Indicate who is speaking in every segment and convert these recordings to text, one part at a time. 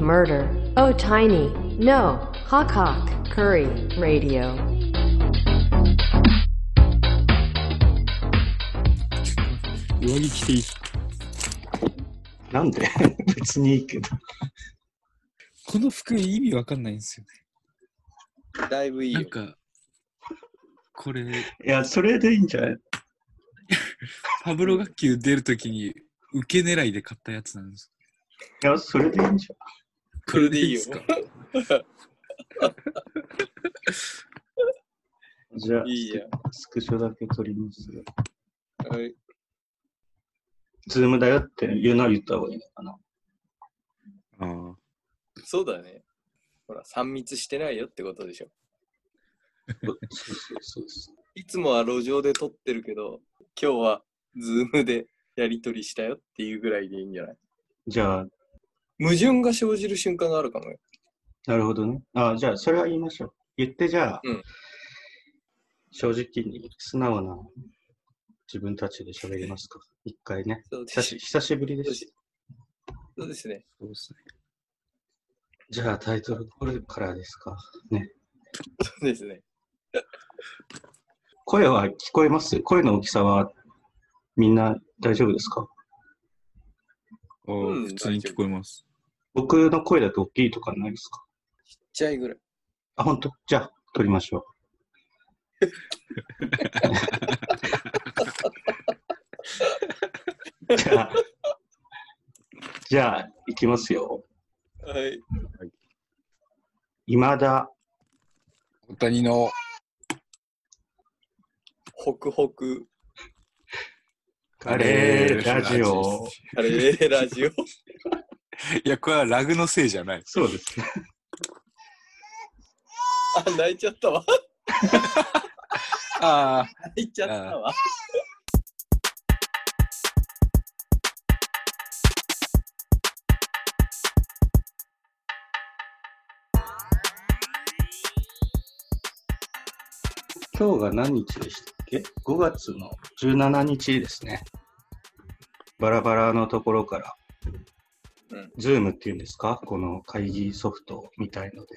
Speaker 1: murder. Oh, tiny. No. Hawk Hawk. Curry. Radio.
Speaker 2: 上着着ていい
Speaker 3: なんで 別にいいけど。
Speaker 2: この服意味わかんないんですよ
Speaker 4: だいぶい
Speaker 2: ね。
Speaker 4: い
Speaker 2: な
Speaker 4: よ
Speaker 2: ん。か、これ、
Speaker 3: いや、それでいいんじゃない
Speaker 2: パブロ学級出るときに受け狙いで買ったやつなんです。
Speaker 3: いや、それでいいんじゃ
Speaker 2: これでいいですか
Speaker 3: ないじゃあ、
Speaker 4: いいや。
Speaker 3: スクショだけ取りますよ。
Speaker 4: はい
Speaker 3: ズームだよって言うなら言った方がいいのかな。
Speaker 2: ああ。
Speaker 4: そうだね。ほら、3密してないよってことでしょ。
Speaker 3: そうそうそうそう。
Speaker 4: いつもは路上で撮ってるけど、今日はズームでやり取りしたよっていうぐらいでいいんじゃない
Speaker 3: じゃあ、
Speaker 4: 矛盾が生じる瞬間があるかもよ。
Speaker 3: なるほどね。あじゃあ、それは言いましょう。言って、じゃあ、
Speaker 4: うん
Speaker 3: 正直に素直な自分たちで喋りますか。一回ね。
Speaker 4: そうで
Speaker 3: 久
Speaker 4: す
Speaker 3: し久しぶりです。
Speaker 4: そうですね。
Speaker 2: そうですね。
Speaker 3: じゃあ、タイトルこれからですか。ね。
Speaker 4: そうですね。
Speaker 3: 声は聞こえます声の大きさはみんな大丈夫ですか
Speaker 2: ああ、
Speaker 4: うん
Speaker 2: 普通に聞こえます。
Speaker 3: 僕の声だと大きいとかないですか
Speaker 4: ちっちゃいぐらい。
Speaker 3: あ、本当じゃあ、撮りましょう。 じゃあ、じゃあ、いきますよ。
Speaker 4: はい。
Speaker 3: 今田、
Speaker 5: 大谷の
Speaker 4: ホクホク、
Speaker 3: カレーラジオ。
Speaker 4: あれ、ラジオ。
Speaker 5: いや、これはラグのせいじゃない。
Speaker 3: そうですね。
Speaker 4: あ、泣いちゃったわ。
Speaker 5: あ
Speaker 4: 泣いちゃったわ。
Speaker 3: 今日が何日でしたっけ ?5 月の17日ですね。バラバラのところから、
Speaker 4: うん
Speaker 3: ズームっていうんですかこの会議ソフトみたいので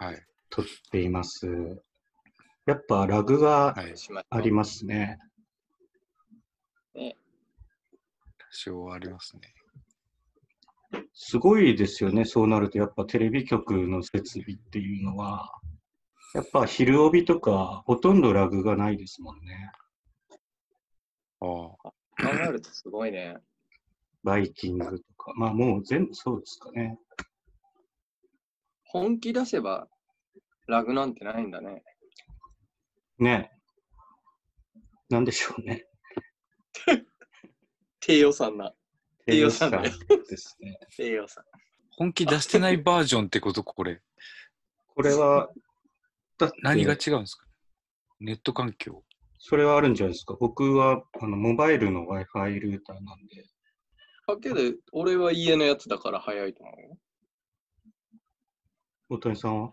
Speaker 5: あ、はい。
Speaker 3: 撮っています。やっぱラグが
Speaker 5: はい。
Speaker 4: しまった
Speaker 3: ありますね。
Speaker 5: 多少ありますね。
Speaker 3: すごいですよね、そうなると、やっぱテレビ局の設備っていうのは、やっぱ昼帯とか、ほとんどラグがないですもんね。
Speaker 5: ああ。
Speaker 4: 考えるとすごいね。
Speaker 3: バイキングとか、まあもう全部そうですかね。
Speaker 4: 本気出せば、ラグなんてないんだね。
Speaker 3: ねなんでしょうね。
Speaker 4: 低予算な。低予算だよ
Speaker 3: ですね。
Speaker 4: 低予算。
Speaker 5: 本気出してないバージョンってこと、これ。
Speaker 3: これは、だって
Speaker 5: 何が違うんですかネット環境。
Speaker 3: それはあるんじゃないですか。僕は、あの、モバイルの Wi-Fi ルーターなんで、
Speaker 4: だけど、俺は家のやつだから早いと思うよ。
Speaker 3: 大谷さんは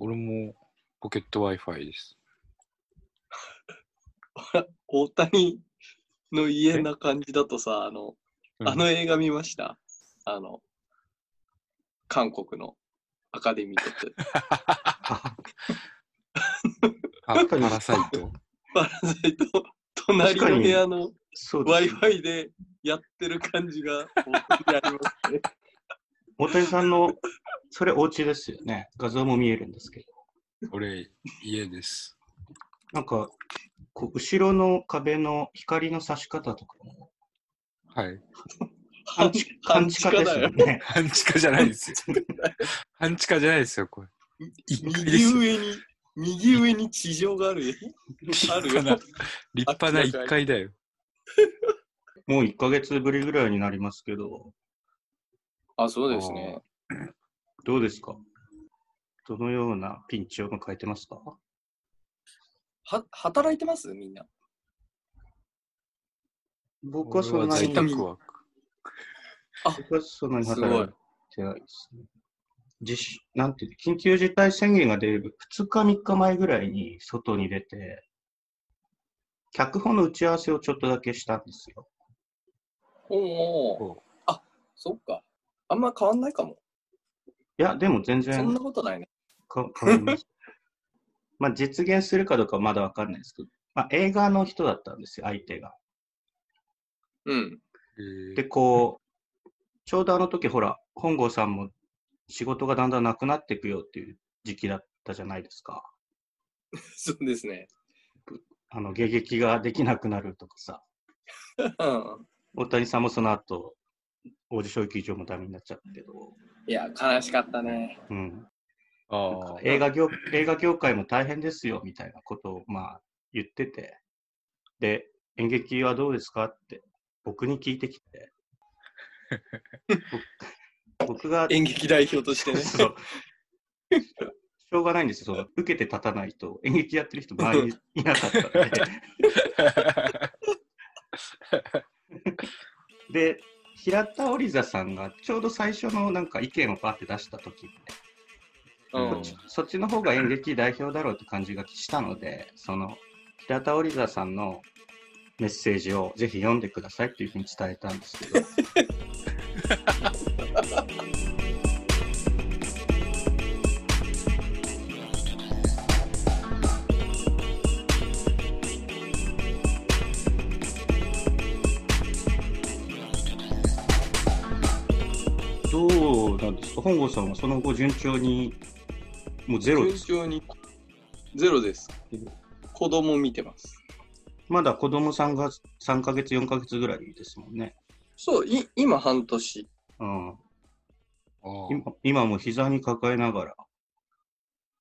Speaker 5: 俺もポケット Wi-Fi です。
Speaker 4: 大谷の家な感じだとさ、あの、
Speaker 5: うん
Speaker 4: あの映画見ました、あの、韓国のアカデミー とって。
Speaker 5: あパラサイト。
Speaker 4: パラサイト、隣の部屋の
Speaker 3: そうですね。
Speaker 4: Wi-Fi でやってる感じが、本当にありますね。
Speaker 3: 大谷さんの、それお家ですよね。画像も見えるんですけど。
Speaker 5: 俺、家です。
Speaker 3: なんか、こう後ろの壁の光の差し方とか も、
Speaker 5: はい。
Speaker 3: 半地半地下
Speaker 4: 半
Speaker 3: ですよね。
Speaker 5: 半地下じゃない ですよ。半地下じゃ ないですよ、これ。一階で
Speaker 4: 右
Speaker 5: すよ
Speaker 4: 上に、右上に地上があるよ。ある
Speaker 5: 立派な
Speaker 4: よ。
Speaker 5: 立派な1階だよ。
Speaker 3: もう1ヶ月ぶりぐらいになりますけど、
Speaker 4: あ、そうですね。
Speaker 3: どうですかどのようなピンチを迎えてますか
Speaker 4: は、働いてますみんな。
Speaker 3: 僕はそんな
Speaker 5: 在
Speaker 3: に、
Speaker 4: 俺は在
Speaker 5: 宅ワーク。
Speaker 3: 僕はそんなに働いてないですね。自主なんていうの緊急事態宣言が出る2日、3日前ぐらいに外に出て、脚本の打ち合わせをちょっとだけしたんですよ。
Speaker 4: おうおう
Speaker 5: おう
Speaker 4: あ、そっか。あんま変わんないかも。
Speaker 3: いや、でも全
Speaker 4: そんな
Speaker 3: 然
Speaker 4: ことないね。
Speaker 3: か変わります。 まあ、実現するかどうかはまだわかんないですけど、まあ、映画の人だったんですよ、相手が。
Speaker 4: うん。
Speaker 3: で、こう、ちょうどあの時、ほら、本郷さんも仕事がだんだんなくなっていくよっていう時期だったじゃないですか。
Speaker 4: そうですね。
Speaker 3: あの、迎撃ができなくなるとかさ。
Speaker 4: うん
Speaker 3: 大谷さんもその後、オーディション球場もダメになっちゃったけど、
Speaker 4: いや、悲しかったね。
Speaker 3: うん。なん
Speaker 5: あ
Speaker 3: か
Speaker 5: あ。
Speaker 3: 映画業映画業界も大変ですよみたいなことをまあ言ってて、で、演劇はどうですかって僕に聞いてきて、僕 僕が
Speaker 4: 演劇代表としてね。
Speaker 3: そうしょうがないんですよ、その受けて立たないと、演劇やってる人周りにいなかったの で。で、平田織座さんがちょうど最初のなんか意見をパーって出した時って、
Speaker 4: うん。
Speaker 3: こっちそっちの方が演劇代表だろうって感じがしたので、その平田織座さんのメッセージをぜひ読んでくださいっていうふうに伝えたんですけど。どうなんですか本郷さんはその後順調にもうゼロです。
Speaker 4: 順調に。ゼロです
Speaker 3: ゼロ。
Speaker 4: 子供見てます。
Speaker 3: まだ子供さんが3ヶ月、4ヶ月ぐらいですもんね。
Speaker 4: そう、い今半年。
Speaker 3: うん、
Speaker 5: あ
Speaker 3: 今今も膝に抱えながら、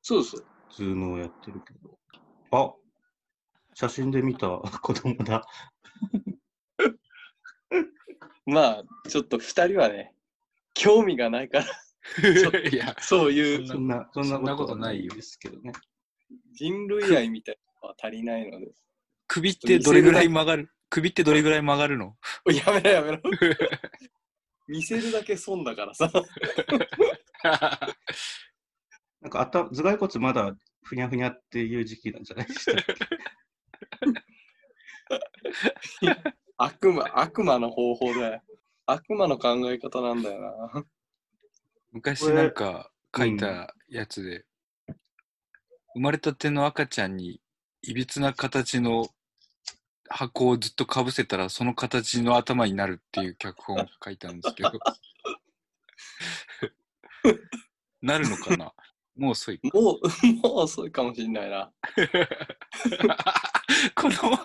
Speaker 4: そうそう。
Speaker 3: ズームをやってるけど。あ写真で見た 子供だ。
Speaker 4: まあ、ちょっと二人はね、興味がないから、
Speaker 5: あ。いや、
Speaker 4: そういう
Speaker 3: そんな、そんな
Speaker 5: そんな
Speaker 3: こ
Speaker 5: ことと
Speaker 3: は
Speaker 5: な
Speaker 3: ないい
Speaker 5: よ
Speaker 3: ですけどね。
Speaker 4: 人類愛みたいなのは足りないので。
Speaker 2: 首ってどれぐらい曲がる首ってどれぐらい曲がるの
Speaker 4: お いやめろやめろ。見せるだけ損だからさ。
Speaker 3: なんか頭、頭蓋骨まだふにゃふにゃっていう時期なんじゃないですか。
Speaker 4: 悪魔、悪魔の方法だよ。悪魔の考え方なんだよな。
Speaker 2: 昔
Speaker 3: これ
Speaker 2: なんか書いたやつで、生まれたての赤ちゃんにいびつな形の箱をずっとかぶせたらその形の頭になるっていう脚本を書いたんです けどなるのかなもう遅い
Speaker 4: もう、 もう遅いかもしんないな。
Speaker 2: 子供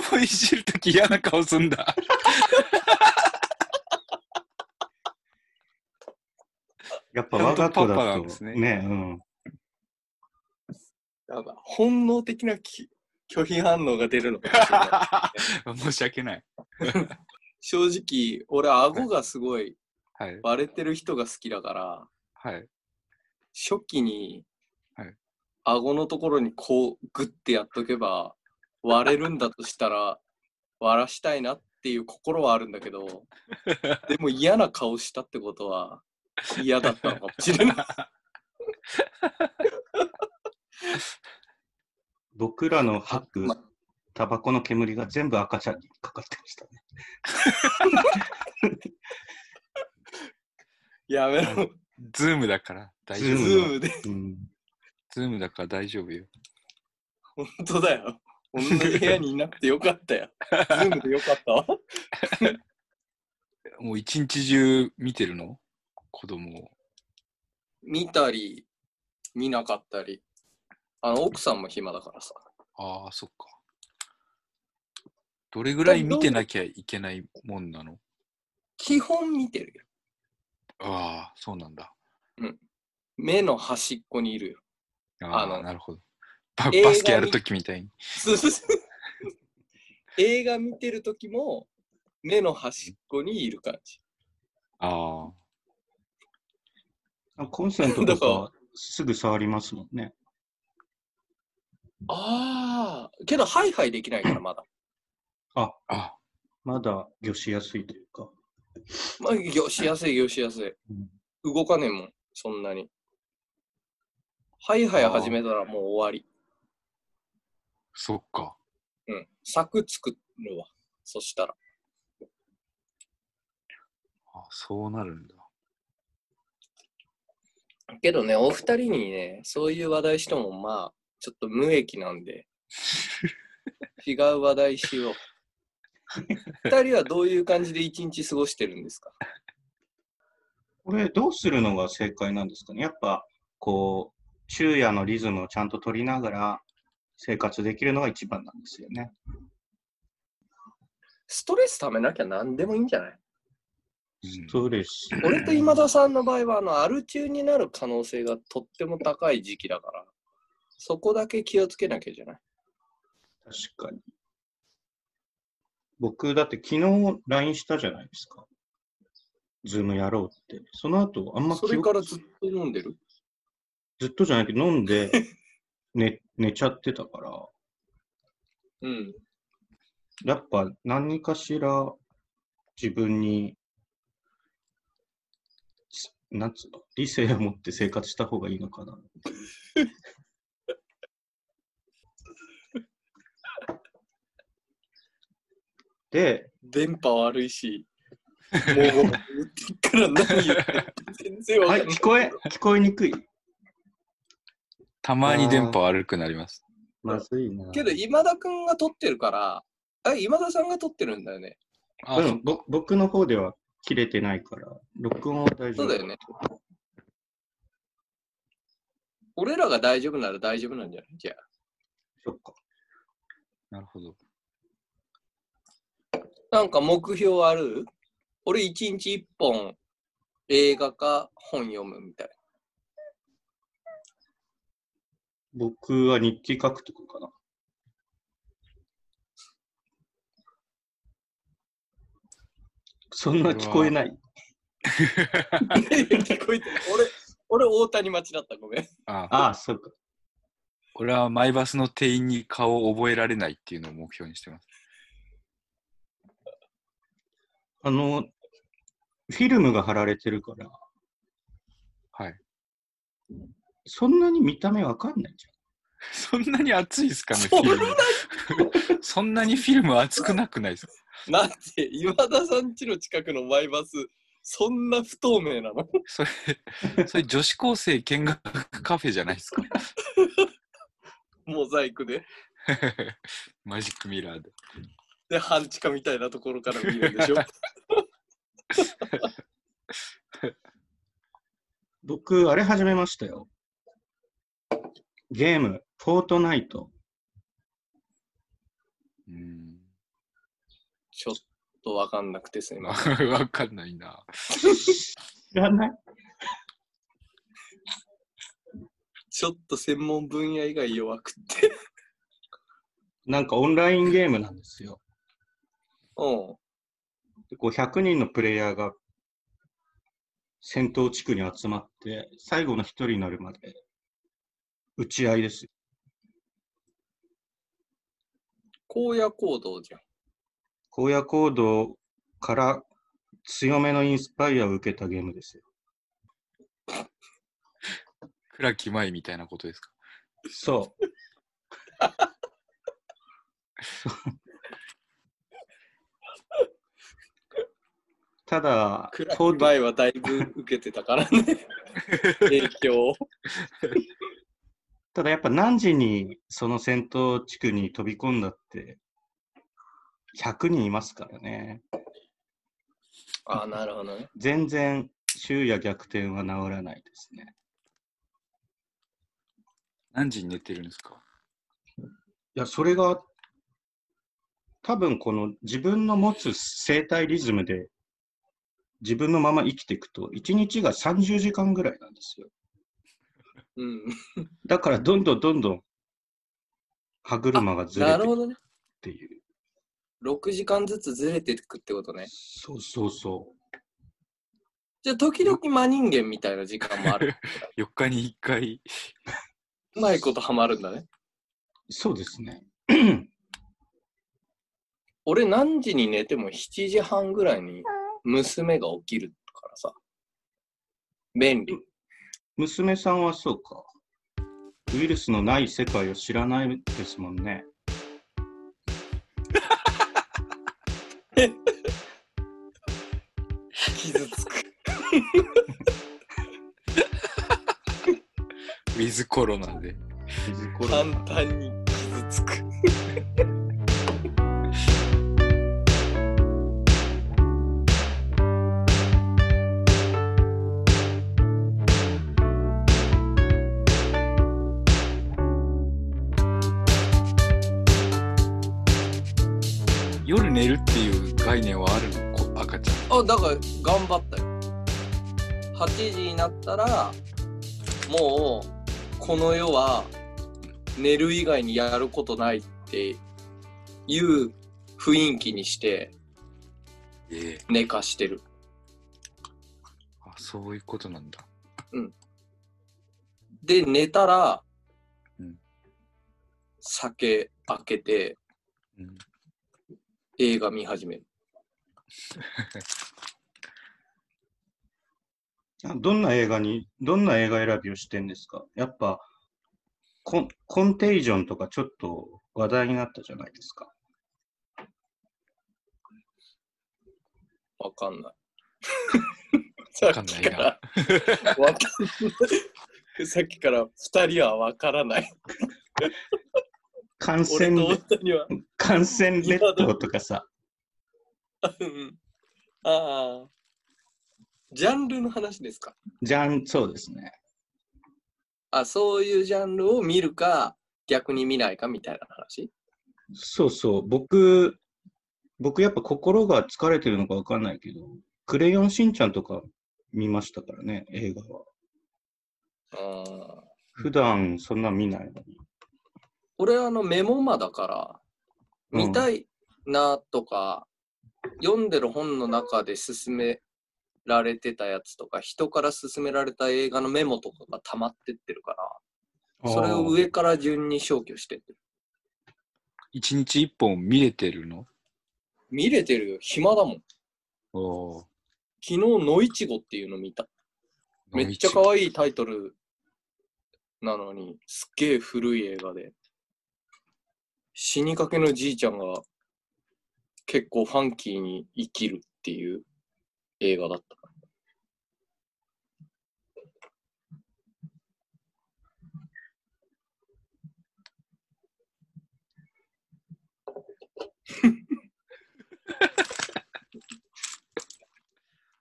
Speaker 2: 子供いじるとき嫌な顔すんだ
Speaker 3: やっぱ我が子だ
Speaker 2: ちゃんとパパな
Speaker 3: と
Speaker 2: んです
Speaker 3: ね
Speaker 2: ね
Speaker 3: うん。
Speaker 4: やば本能的なき拒否反応が出るのかもしれ ない。
Speaker 2: 申し訳ない
Speaker 4: 正直、俺、顎がすごい
Speaker 2: はい
Speaker 4: 割れてる人が好きだから、
Speaker 2: はい
Speaker 4: 初期に
Speaker 2: はい、
Speaker 4: 顎のところにこう、グッてやっとけば、割れるんだとしたら、 割らしたいなっていう心はあるんだけど、でも嫌な顔したってことは、嫌だったのかもしれない。
Speaker 3: 僕らの吐く
Speaker 4: ま
Speaker 3: タバコの煙が全部赤ちゃんにかかってましたね。
Speaker 4: やめろ。
Speaker 2: ズームだから大
Speaker 4: ズ
Speaker 2: 丈夫
Speaker 3: ム
Speaker 4: ームで。
Speaker 3: うん、
Speaker 2: ズームだから大丈夫よ
Speaker 4: 本当だよ。同じ部屋にいなくてよか ったよ。ズームでよかったわ。
Speaker 2: もう一日中見てるの子供を。
Speaker 4: 見たり、見なかったり。あの、奥さんも暇だからさ。
Speaker 2: ああ、そっか。どれぐらい見てなきゃいけないもんなの
Speaker 4: 基本見てるよ。
Speaker 2: ああ、そうなんだ。
Speaker 4: 目の端っこにいるよ。
Speaker 2: あ
Speaker 4: あの
Speaker 2: あ、なるほど。バ
Speaker 4: 映画に
Speaker 2: バスケやるときみたいに。
Speaker 4: そうそうそう映画見てる時も、目の端っこにいる感じ。
Speaker 2: あ
Speaker 3: コンセントと
Speaker 4: だ
Speaker 3: かすぐ触りますもんね。
Speaker 4: ああ、けど、ハイハイできないから、まだ。
Speaker 2: あ、あ
Speaker 3: まだ魚しやすいというか。
Speaker 4: まあ、よしやすい、よしやすい。
Speaker 3: うん
Speaker 4: 動かねえもん、そんなに。ハイハイ始めたらもう終わり。
Speaker 2: そっか。
Speaker 4: うん。柵作るわ。そしたら。
Speaker 2: あそうなるんだ。
Speaker 4: けどね、お二人にね、そういう話題しても、まあ、ちょっと無益な んで、違う話題しよう。二人はどういう感じで一日過ごしてるんですか
Speaker 3: これ、どうするのが正解なんですかねやっぱ、こう、昼夜のリズムをちゃんと取りながら生活できるのが一番なんですよね。
Speaker 4: ストレスためなきゃ何でもいいんじゃない
Speaker 3: ストレス。
Speaker 4: 俺と今田さんの場合は、あの、アル中になる可能性がとっても高い時期だから、そこだけ気をつけなきゃじゃない。
Speaker 3: 確かに。僕、だって昨日 LINE したじゃないですか。ズームやろうって。その後、あんま
Speaker 4: そ
Speaker 3: 記
Speaker 4: れ
Speaker 3: 憶
Speaker 4: からずっと飲んでる
Speaker 3: ずっとじゃないけど、飲ん で、寝、寝ちゃってたから、
Speaker 4: うん。
Speaker 3: やっぱ何かしら自分に、すなんつうの、理性を持って生活した方がいいの かな。で、
Speaker 4: 電波悪いし、もう、もうから何言ってるか全然わか
Speaker 3: は
Speaker 4: ん
Speaker 3: い、
Speaker 4: ない。
Speaker 3: 聞こえ、聞こえにくい。
Speaker 2: たまに電波悪くなります。
Speaker 3: まずいな
Speaker 4: けど、今田くんが撮ってるから、あ、今田さんが撮ってるんだよね。
Speaker 2: あ、
Speaker 3: う
Speaker 2: そ
Speaker 3: ん、ぼ僕の方では切れてないから、録音は大丈
Speaker 4: そ
Speaker 3: 夫。
Speaker 4: うだよね。俺らが大丈夫なら大丈夫なんじゃないじゃあ。
Speaker 3: そっか。
Speaker 2: なるほど。
Speaker 4: なんか目標ある俺一日一本映画か本読むみたい な。
Speaker 3: 僕は日記書くとかかな。そんな聞こえない。
Speaker 4: 聞こえてる俺、俺大谷町だった、ごめん。
Speaker 2: あ
Speaker 3: ああ、そうか。
Speaker 2: 俺はマイバスの店員に顔を覚えられないっていうのを目標にしてます。
Speaker 3: あの、フィルムが貼られてるから、
Speaker 2: はい。
Speaker 3: そんなに見た目わかんないじ
Speaker 2: そんなに熱いですかね、フ
Speaker 4: そん
Speaker 2: ィ
Speaker 4: な
Speaker 2: ルム。 そんなにフィルム熱くなくないですか
Speaker 4: なんで、今田さん家の近くのマイバス、そんな不透明なの
Speaker 2: それ、それ女子高生見学カフェじゃないですか。
Speaker 4: モザイクで。
Speaker 2: マジックミラーで。
Speaker 4: で、半地下みたいなところから見るんでしょ
Speaker 3: ゃん。僕、あれ始めましたよ。ゲーム、フォートナイト。
Speaker 2: うん。
Speaker 4: ちょっとわかんなくてすみません。
Speaker 2: わかんないな。
Speaker 3: 知らない
Speaker 4: ちょっと専門分野以外弱くって。
Speaker 3: なんかオンラインゲームなんですよ。
Speaker 4: うん。
Speaker 3: でこう100人のプレイヤーが戦闘地区に集まって、最後の1人になるまで打ち合いですよ。
Speaker 4: 荒野行動じゃん。
Speaker 3: 荒野行動から強めのインスパイアを受けたゲームですよ。
Speaker 2: 倉木舞みたいなことですか。
Speaker 3: そう。 ただ、
Speaker 4: 暗
Speaker 3: フォ
Speaker 4: い
Speaker 3: ート
Speaker 4: 前はだいぶ受けてたからね。影響を。
Speaker 3: ただやっぱ何時にその戦闘地区に飛び込んだって、100人いますからね。
Speaker 4: ああ、なるほどね。
Speaker 3: 全然昼夜逆転は治らないですね。
Speaker 2: 何時に寝てるんですか
Speaker 3: いや、それが多分この自分の持つ生態リズムで自分のまま生きていくと1日が30時間ぐらいなんですよ。
Speaker 4: うん。
Speaker 3: だからどんどんどんどん歯車がずれ
Speaker 4: な
Speaker 3: ていく
Speaker 4: るほ
Speaker 3: っ
Speaker 4: どね。
Speaker 3: ていう。
Speaker 4: 6時間ずつずれていくってことね。
Speaker 3: そうそうそ
Speaker 4: じゃあ、時々真人間みたいな時間もあ る。
Speaker 2: ?4 日に1回。
Speaker 4: うまいことハマるんだね。
Speaker 3: う。そうですね。
Speaker 4: 俺何時に寝ても7時半ぐらいに娘が起きるからさ。便利。
Speaker 3: 娘さんはそうか。ウイルスのない世界を知らないですもんね。
Speaker 4: 傷つく。
Speaker 2: ズコロナで。
Speaker 3: これ
Speaker 4: 簡単に傷つく。
Speaker 2: 夜寝るっていう概念はあるのこ赤ちゃん。
Speaker 4: あ、だから頑張ったよ。8時になったら、もう、この世は、寝る以外にやることないっていう雰囲気にして
Speaker 2: ええ
Speaker 4: 寝かしてる。
Speaker 2: あ、そういうことなんだ。
Speaker 4: で、寝たら
Speaker 2: うん、
Speaker 4: 酒開けて
Speaker 2: うん、
Speaker 4: 映画見始める。
Speaker 3: どんな映画に、どんな映画選びをしてんですかやっぱコン、コンテージョンとかちょっと話題になったじゃないですか。
Speaker 4: わかんない。
Speaker 2: わかん ないな
Speaker 4: さっきから。わかんない。さっきから二人はわからない。
Speaker 3: 感
Speaker 4: 俺
Speaker 3: 染
Speaker 4: と
Speaker 3: で、
Speaker 4: 大谷は。
Speaker 3: 感染列島とかさ、
Speaker 4: うんああ。ジャンルの話ですか
Speaker 3: じゃん、そうですね。
Speaker 4: あ、そういうジャンルを見るか、逆に見ないかみたいな話
Speaker 3: そうそう、僕、僕やっぱ心が疲れてるのかわかんないけど、クレヨンしんちゃんとか見ましたからね、映画は。
Speaker 4: うん。
Speaker 3: 普段そんな見ないのに。
Speaker 4: 俺はあのメモマだから、
Speaker 3: うん
Speaker 4: 見たいなとか、読んでる本の中で勧められてたやつとか、人から勧められた映画のメモとかが溜まってってるから、それを上から順に消去してってる。
Speaker 2: 一日一本見れてるの
Speaker 4: 見れてるよ、暇だもん。
Speaker 2: おお。
Speaker 4: 昨日、ノイチゴっていうの見た。めっちゃ可愛いタイトルなのに、すっげえ古い映画で。死にかけのじいちゃんが結構ファンキーに生きるっていう映画だった。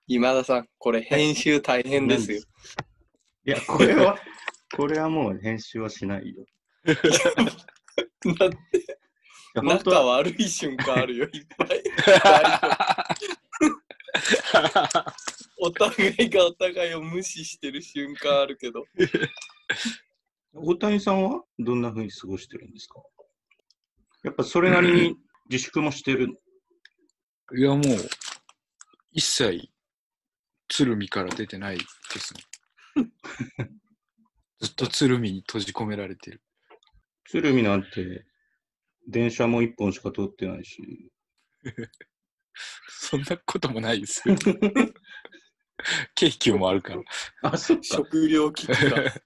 Speaker 4: 今田さん、これ編集大変ですよ。
Speaker 3: いや、これは、 これはもう編集はしないよ。いや本当
Speaker 4: 仲
Speaker 3: は、
Speaker 4: 悪い瞬間あるよ、いっぱい。 お互いがお互いを無視してる瞬間あるけど。
Speaker 3: 大谷さんはどんな風に過ごしてるんですかやっぱそれなりに自粛もしてるの。
Speaker 2: いや、もう、一切、鶴見から出てないですね。ずっと鶴見に閉じ込められてる。
Speaker 3: 鶴見なんて、電車も一本しか通ってないし、
Speaker 2: そんなこともないですよ。京急もあるから。
Speaker 3: あ、そっか。
Speaker 4: 食料危機が、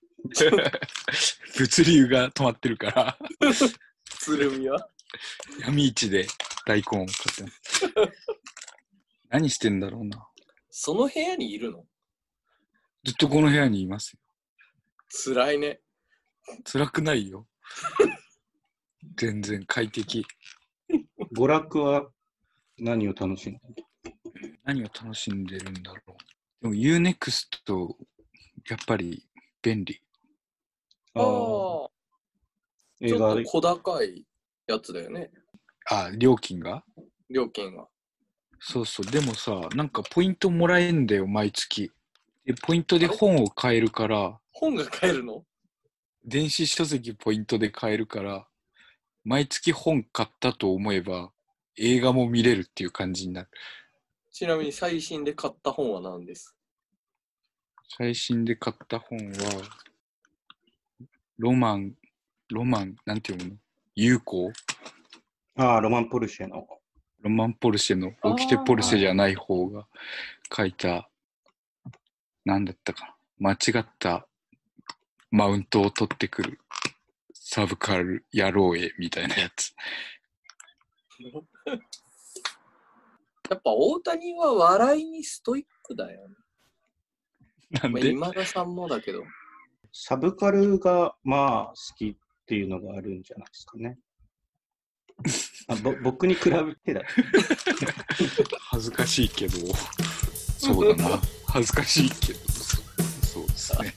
Speaker 2: 物流が止まってるから、
Speaker 4: 鶴見は。
Speaker 2: 闇市で大根を買ってます。何してんだろうな。
Speaker 4: その部屋にいるの
Speaker 2: ずっとこの部屋にいますよ。
Speaker 4: 辛いね。
Speaker 2: 辛くないよ。全然快適。
Speaker 3: 娯楽は何を楽しんでる
Speaker 2: 何を楽しんでるんだろう。でも UNEXT、やっぱり便利。
Speaker 4: ああ
Speaker 3: ああ、
Speaker 4: ー。ち
Speaker 3: 映
Speaker 4: ょ
Speaker 3: 画
Speaker 4: っと小高いやつだよね、
Speaker 2: あ、料金が
Speaker 4: 料金が。
Speaker 2: そうそう。でもさ、なんかポイントもらえんだよ、毎月。で、ポイントで本を買えるから、
Speaker 4: 本が買えるの
Speaker 2: 電子書籍ポイントで買えるから、毎月本買ったと思えば、映画も見れるっていう感じになる。
Speaker 4: ちなみに最新で買った本は何です
Speaker 2: 最新で買った本は、ロマン、ロマン、なんていうの友好
Speaker 3: ああ、ロマン・ポルシェの。
Speaker 2: ロマン・ポルシェの起きてポルシェじゃない方が書いた、なんだったかな。間違ったマウントを取ってくるサブカル野郎へみたいなやつ。
Speaker 4: やっぱ大谷は笑いにストイックだよね。
Speaker 2: なん
Speaker 4: まあ
Speaker 2: で
Speaker 4: 今田さんもだけど。
Speaker 3: サブカルがまあ好きっていうのがあるんじゃないですかね。あぼ僕に比べてだ。
Speaker 2: 恥ずかしいけど、 そうだな。恥ずかしいけど、そうですね。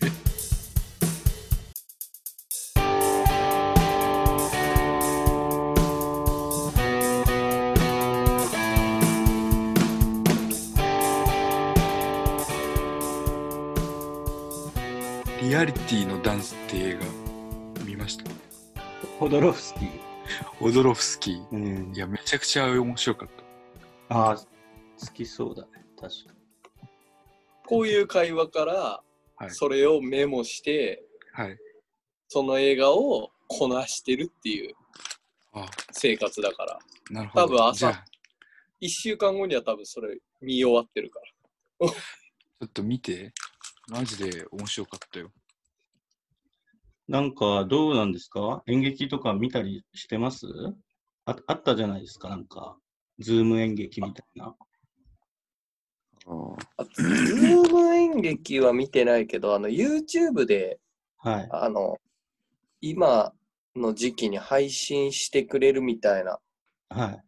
Speaker 2: リアリティのダンスって映画見ました
Speaker 3: ホドロフスキー。
Speaker 2: オドロフスキー。
Speaker 3: うん
Speaker 2: い、や、めちゃくちゃ面白かった。
Speaker 3: ああ、好きそうだね。確かに。
Speaker 4: こういう会話から
Speaker 2: はい
Speaker 4: それをメモして、
Speaker 2: はい。
Speaker 4: その映画をこなしてるっていう
Speaker 2: あ
Speaker 4: 生活だから
Speaker 2: なるほど。
Speaker 4: 多分朝
Speaker 2: じゃあ、
Speaker 4: 1週間後には多分それ見終わってるから
Speaker 2: ちょっと見て。マジで面白かったよ。
Speaker 3: なんか、どうなんですか演劇とか見たりしてますああったじゃないですか、なんか、ズーム演劇みたいな。
Speaker 4: あズーム演劇は見てないけど、あの、YouTube で、
Speaker 3: はい。
Speaker 4: あの、今の時期に配信してくれるみたいな
Speaker 3: はい。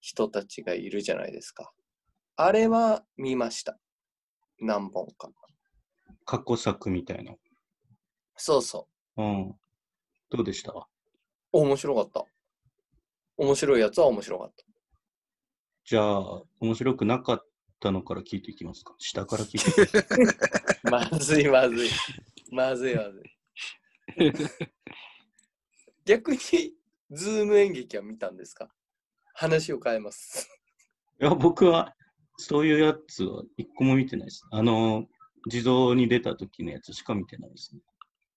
Speaker 4: 人たちがいるじゃないですか。あれは見ました。何本か。
Speaker 3: 過去作みたいな。
Speaker 4: そうそ
Speaker 3: うん。どうでした
Speaker 4: う。面白かった。面白いやつは面白かっ
Speaker 3: じゃあ、面白くなかったのから聞いていきますか。下から聞いていきます。
Speaker 4: た。まずいまずい。まずいまずい。 逆に、ズーム演劇は見たんですか話を変えます。
Speaker 3: いや、僕は、そういうやつは一個も見てないです。あの、地蔵に出た時のやつしか見てないですね。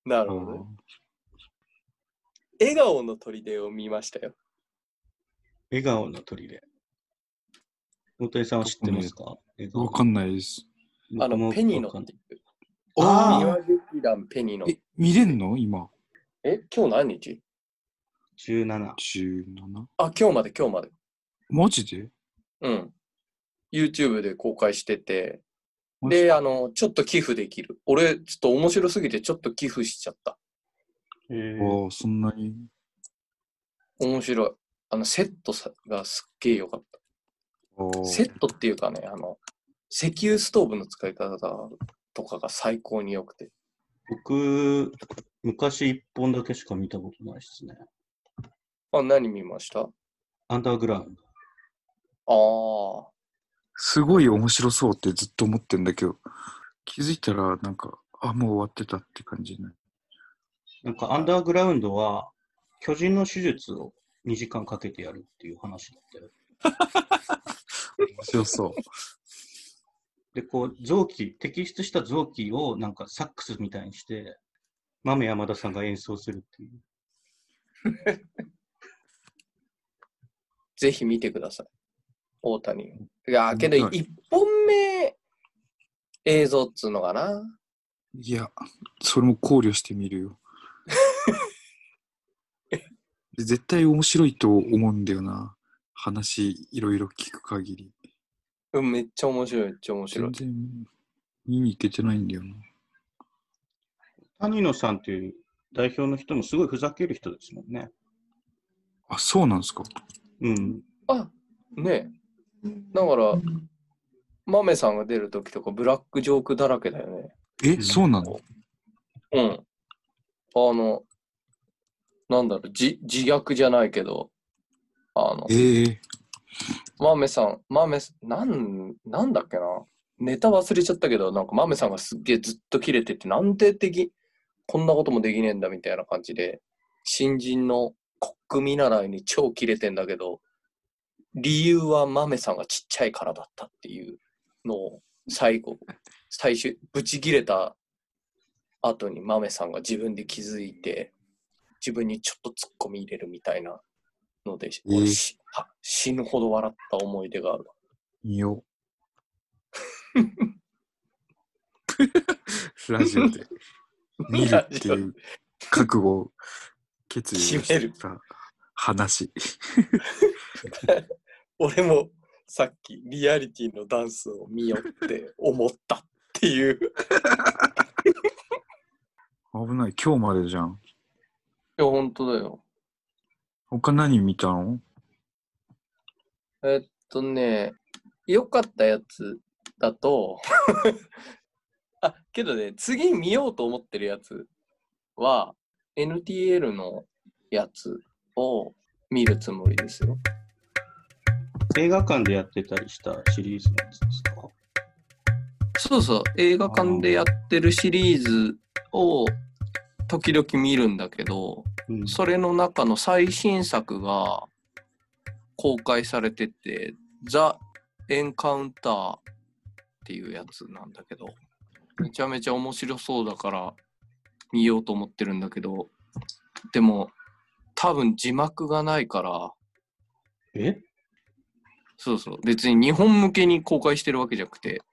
Speaker 4: なる
Speaker 2: う
Speaker 4: ほどね。
Speaker 2: ん
Speaker 4: 笑顔の砦を見ましたよ。
Speaker 3: 笑顔の砦。大谷さんは知ってますか笑顔
Speaker 2: わかんないです。
Speaker 4: あ
Speaker 3: 僕も
Speaker 4: の、ペニーの
Speaker 3: わかん
Speaker 4: って
Speaker 3: ない
Speaker 4: いう。
Speaker 3: あー
Speaker 4: 庭劇団ペニーの。
Speaker 2: え、見れんの今。
Speaker 4: え、今日何日
Speaker 3: 17。
Speaker 2: 17?
Speaker 4: あ、今日まで、今日まで。
Speaker 2: マジで
Speaker 4: うん。YouTube で公開してて。
Speaker 2: マジ
Speaker 4: で、あの、ちょっと寄付できる。俺、ちょっと面白すぎて、ちょっと寄付しちゃった。
Speaker 3: えー
Speaker 2: ああ、そんなに。
Speaker 4: 面白い。あの、セットさがすっげえ良かっ
Speaker 2: あー
Speaker 4: た。セットっていうかね、あの、石油ストーブの使い方とかが最高に良くて。
Speaker 3: 僕、昔一本だけしか見たことないですね。
Speaker 4: あ、何見ましたあ
Speaker 3: アンダーグラウンド。
Speaker 4: あー。
Speaker 2: すごい面白そうってずっと思ってんだけど、気づいたらなんか、あ、もう終わってたって感じになる。
Speaker 3: なんかアンダーグラウンドは、巨人の手術を2時間かけてやるっていう話だったよ。
Speaker 2: 面白そう。
Speaker 3: で、こう、臓器、摘出した臓器をなんかサックスみたいにして、豆山田さんが演奏するっていう。
Speaker 4: ぜひ見てください。大谷。いやー、けど
Speaker 2: 見たい
Speaker 4: 1本目映像っつうのかな。
Speaker 2: いや、それも考慮してみる よ。絶対面白いと思うんだよな。話いろいろ聞く限り。
Speaker 4: うん、めっちゃ面白い、めっちゃ面白い
Speaker 2: 全。然見に行けてないんだよな。
Speaker 3: 谷野さんっていう代表の人もすごいふざける人ですもんね。
Speaker 2: あ、そうなんですか。
Speaker 3: うん。
Speaker 4: あ、ねえ。だから、マメさんが出るときとかブラックジョークだらけだよね。
Speaker 2: え、
Speaker 3: ん
Speaker 2: そうなの
Speaker 4: うん。あの、なんだろう、じ自虐じゃないけど、あの、
Speaker 2: ええ
Speaker 4: マメさん、マメさん、なん、なんだっけな。ネタ忘れちゃったけど、なんかマメさんがすっげえずっとキレてて、なんででき、こんなこともできねえんだみたいな感じで、新人のコック見習いに超キレてんだけど、理由はマメさんがちっちゃいからだったっていうのを、最後、最終、ブチ切れた後にマメさんが自分で気づいて、自分にちょっとツッコミ入れるみたいなので、
Speaker 2: えー
Speaker 4: 俺しあ死ぬほど笑った思い出がある。
Speaker 2: 見よう。 ラジオで見るっていう覚悟を決意をした話。
Speaker 4: 俺もさっきリアリティのダンスを見よって思ったっていう
Speaker 5: 危ない。今日までじゃん。
Speaker 4: や、本当だよ。
Speaker 5: 他何見たの
Speaker 4: えっとね、良かったやつだと、あ、けどね、次見ようと思ってるやつは、NTL のやつを見るつもりですよ。
Speaker 3: 映画館でやってたりしたシリーズのやつですか
Speaker 4: そうそう、映画館でやってるシリーズを時々見るんだけ
Speaker 3: う
Speaker 4: ど、
Speaker 3: ん
Speaker 4: それの中の最新作が公開されてて、ザ・エンカウンターっていうやつなんだけど、めちゃめちゃ面白そうだから見ようと思ってるんだけど、でも多分字幕がないから、
Speaker 3: え
Speaker 4: そうそう、別に日本向けに公開してるわけじゃなくて、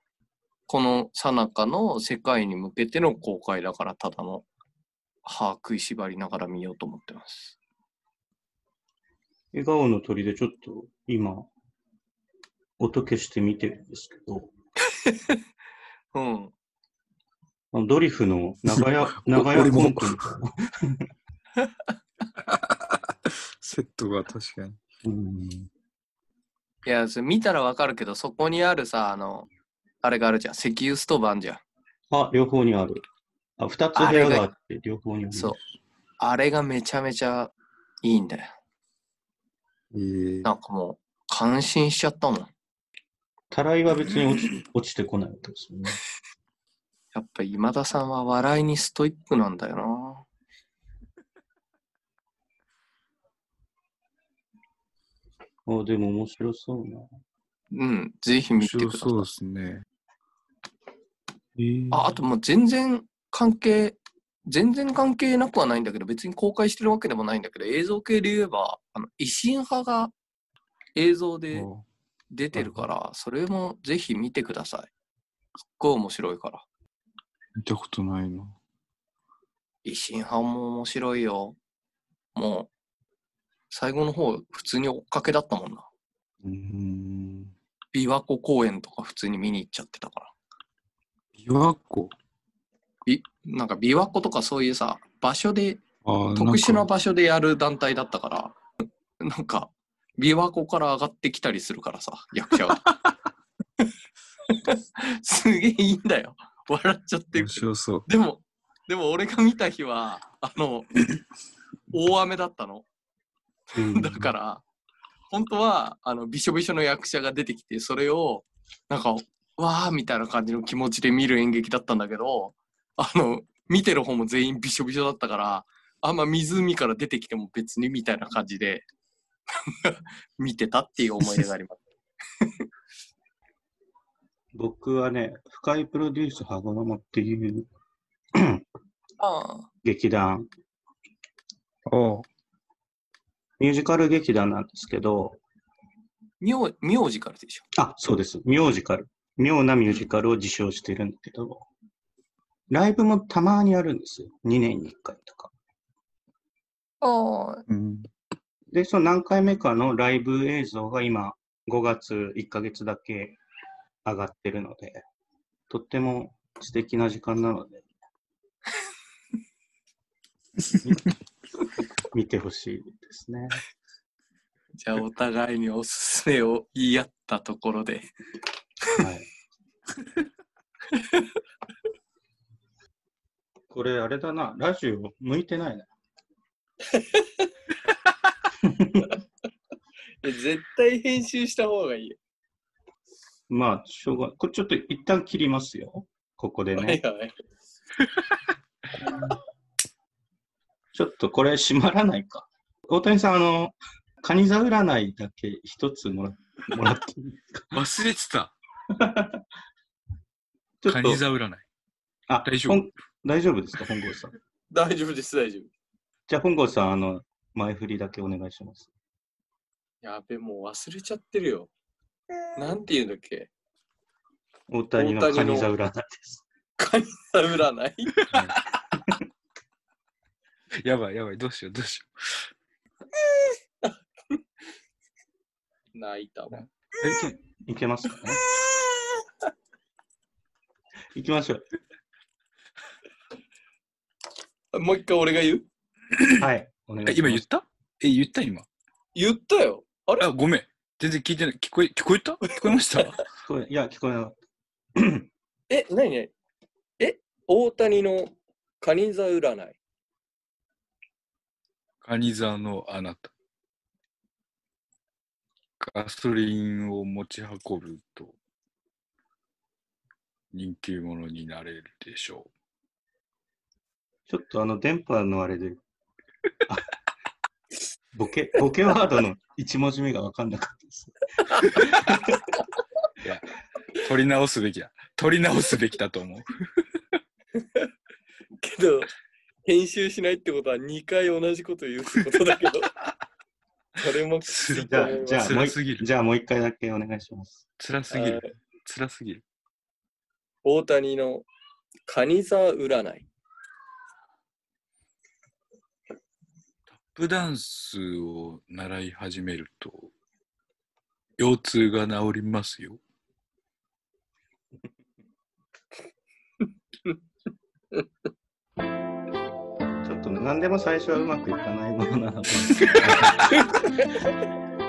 Speaker 4: この最中の世界に向けての公開だから、ただの歯食いしばりながら見ようと思ってます。
Speaker 3: 笑顔の鳥でちょっと今、音消して見てるんですけど、
Speaker 4: うん。
Speaker 3: あのドリフの長屋、長屋
Speaker 5: 俺も
Speaker 3: コントみたいな
Speaker 5: セットが確かに。
Speaker 3: うん
Speaker 4: いや、それ見たらわかるけど、そこにあるさ、あの、あれがあるじゃん。石油ストーブあんじゃん。
Speaker 3: あ、両方にある。あ、二つ部屋があって、両方にある。
Speaker 4: そう。あれがめちゃめちゃいいんだよ。
Speaker 5: えー、
Speaker 4: なんかもう、感心しちゃったもん。
Speaker 3: たらいは別に落ち落ちてこないわけですよね。
Speaker 4: やっぱ今田さんは笑いにストイックなんだよな。
Speaker 3: あ、でも面白そうな。
Speaker 4: うん、ぜひ
Speaker 5: 面
Speaker 4: 見て
Speaker 5: 白
Speaker 4: ください
Speaker 5: そう。ですね。えー、
Speaker 4: ああともう全然関係、全然関係なくはないんだけど、別に公開してるわけでもないんだけど、映像系で言えば、あの維新派が映像で
Speaker 5: お
Speaker 4: 出てるから、それもぜひ見てください。すっごい面白いから。
Speaker 5: 見たことないな。
Speaker 4: 維新派も面白いよ。もう、最後の方、普通に追っかけだったもんな。
Speaker 5: うーん。
Speaker 4: 琵琶湖公園とか普通に見に行っちゃってたから。
Speaker 5: 琵琶湖。
Speaker 4: びなんか琵琶湖とかそういうさ、場所で
Speaker 5: ああ、
Speaker 4: 特殊な
Speaker 5: 場
Speaker 4: 場所でやる団体だったから、なんか、琵琶湖から上がってきたりするからさ、役者が。すげえいいんだよ。笑っちゃってる
Speaker 5: 面。白そう。
Speaker 4: でも、でも俺が見た日は、あの、大雨だったの。
Speaker 3: うん
Speaker 4: だから、本当は、あの、びしょびしょの役者が出てきて、それを、なんか、わーみたいな感じの気持ちで見る演劇だったんだけど、あの、見てる方も全員びしょびしょだったから、あんま湖から出てきても別にみたいな感じで、 見てたっていう思い出があります。
Speaker 3: 僕はね、深いプロデュース羽衣っていう
Speaker 4: あ
Speaker 3: 劇団、
Speaker 5: ああ、
Speaker 3: ミュージカル劇団なんですけど、
Speaker 4: 名名字からでしょ。
Speaker 3: あ、そうです。ミュージカル。妙なミュージカルを自称してるんだけど、ライブもたまにあるんですよ。2年に1回とか。
Speaker 4: ああ、
Speaker 5: うん。
Speaker 3: で、その何回目かのライブ映像が今、5月1ヶ月だけ上がってるので、とっても素敵な時間なので、み見てほしいですね。
Speaker 4: じゃあお互いにおすすめを言い合ったところで。
Speaker 3: はい。これ、あれだな、ラジオ向いてないな。
Speaker 4: 絶対編集した方がいいよ。
Speaker 3: まあ、しょうがこれちょっと一旦切りますよ。ここでね。
Speaker 4: はい。
Speaker 3: ちょっとこれ閉まらないか。大谷さん、あの、カニ座占いだけ一つ もらもらっていい
Speaker 2: 忘れてた。
Speaker 3: ちょっ
Speaker 2: カ
Speaker 3: と
Speaker 2: ニ座占い。
Speaker 3: あ
Speaker 2: 大丈夫
Speaker 3: ほん大丈夫ですか、本郷さん。
Speaker 4: 大丈夫です、大丈夫。
Speaker 3: じゃあ、本郷さん、あの、前振りだけお願いします。
Speaker 4: やべ、もう忘れちゃってるよ。なんて言うんだっけ
Speaker 3: 大谷の
Speaker 4: 大
Speaker 3: カ
Speaker 4: 谷の
Speaker 3: ニ座占いです。
Speaker 4: カニ座占い
Speaker 2: やばいやばい。どうしようどうしよ
Speaker 4: 泣いたわ。
Speaker 3: いけいけますかね。いきましょう。
Speaker 4: もう一回俺が言う
Speaker 3: はい。お願いしま
Speaker 2: え
Speaker 3: す
Speaker 2: 今言ったえ、言った今。
Speaker 4: 言ったよ。あれ
Speaker 2: あ、ごめん。全然聞いてない。聞こえ、聞こえた聞こえました
Speaker 3: 聞こえいや、聞こえなかった。
Speaker 4: え、なになにえ、大谷のカニ座占い。
Speaker 2: カニ座のあなた。ガソリンを持ち運ぶと、人気者になれるでしょ
Speaker 3: ちょっとあの、電波のあれで。あボケ、ボケワードの一文字目が分かんなかったです。
Speaker 2: う。取り直すべきだ。取り直すべきだと思う。
Speaker 4: けど、編集しないってことは2回同じこと言うってこと だけど。それもきついと思います、
Speaker 3: じゃあ
Speaker 2: 辛すぎる。
Speaker 3: じゃあもう一回だけお願いします。
Speaker 2: 辛すぎ
Speaker 4: は
Speaker 2: る
Speaker 4: い。
Speaker 2: 辛すぎる。
Speaker 4: 大谷のカニ座占い。
Speaker 2: タップダンスを習い始めると、腰痛が治りますよ。
Speaker 3: ちょっと何でも最初はうまくいかないものなので。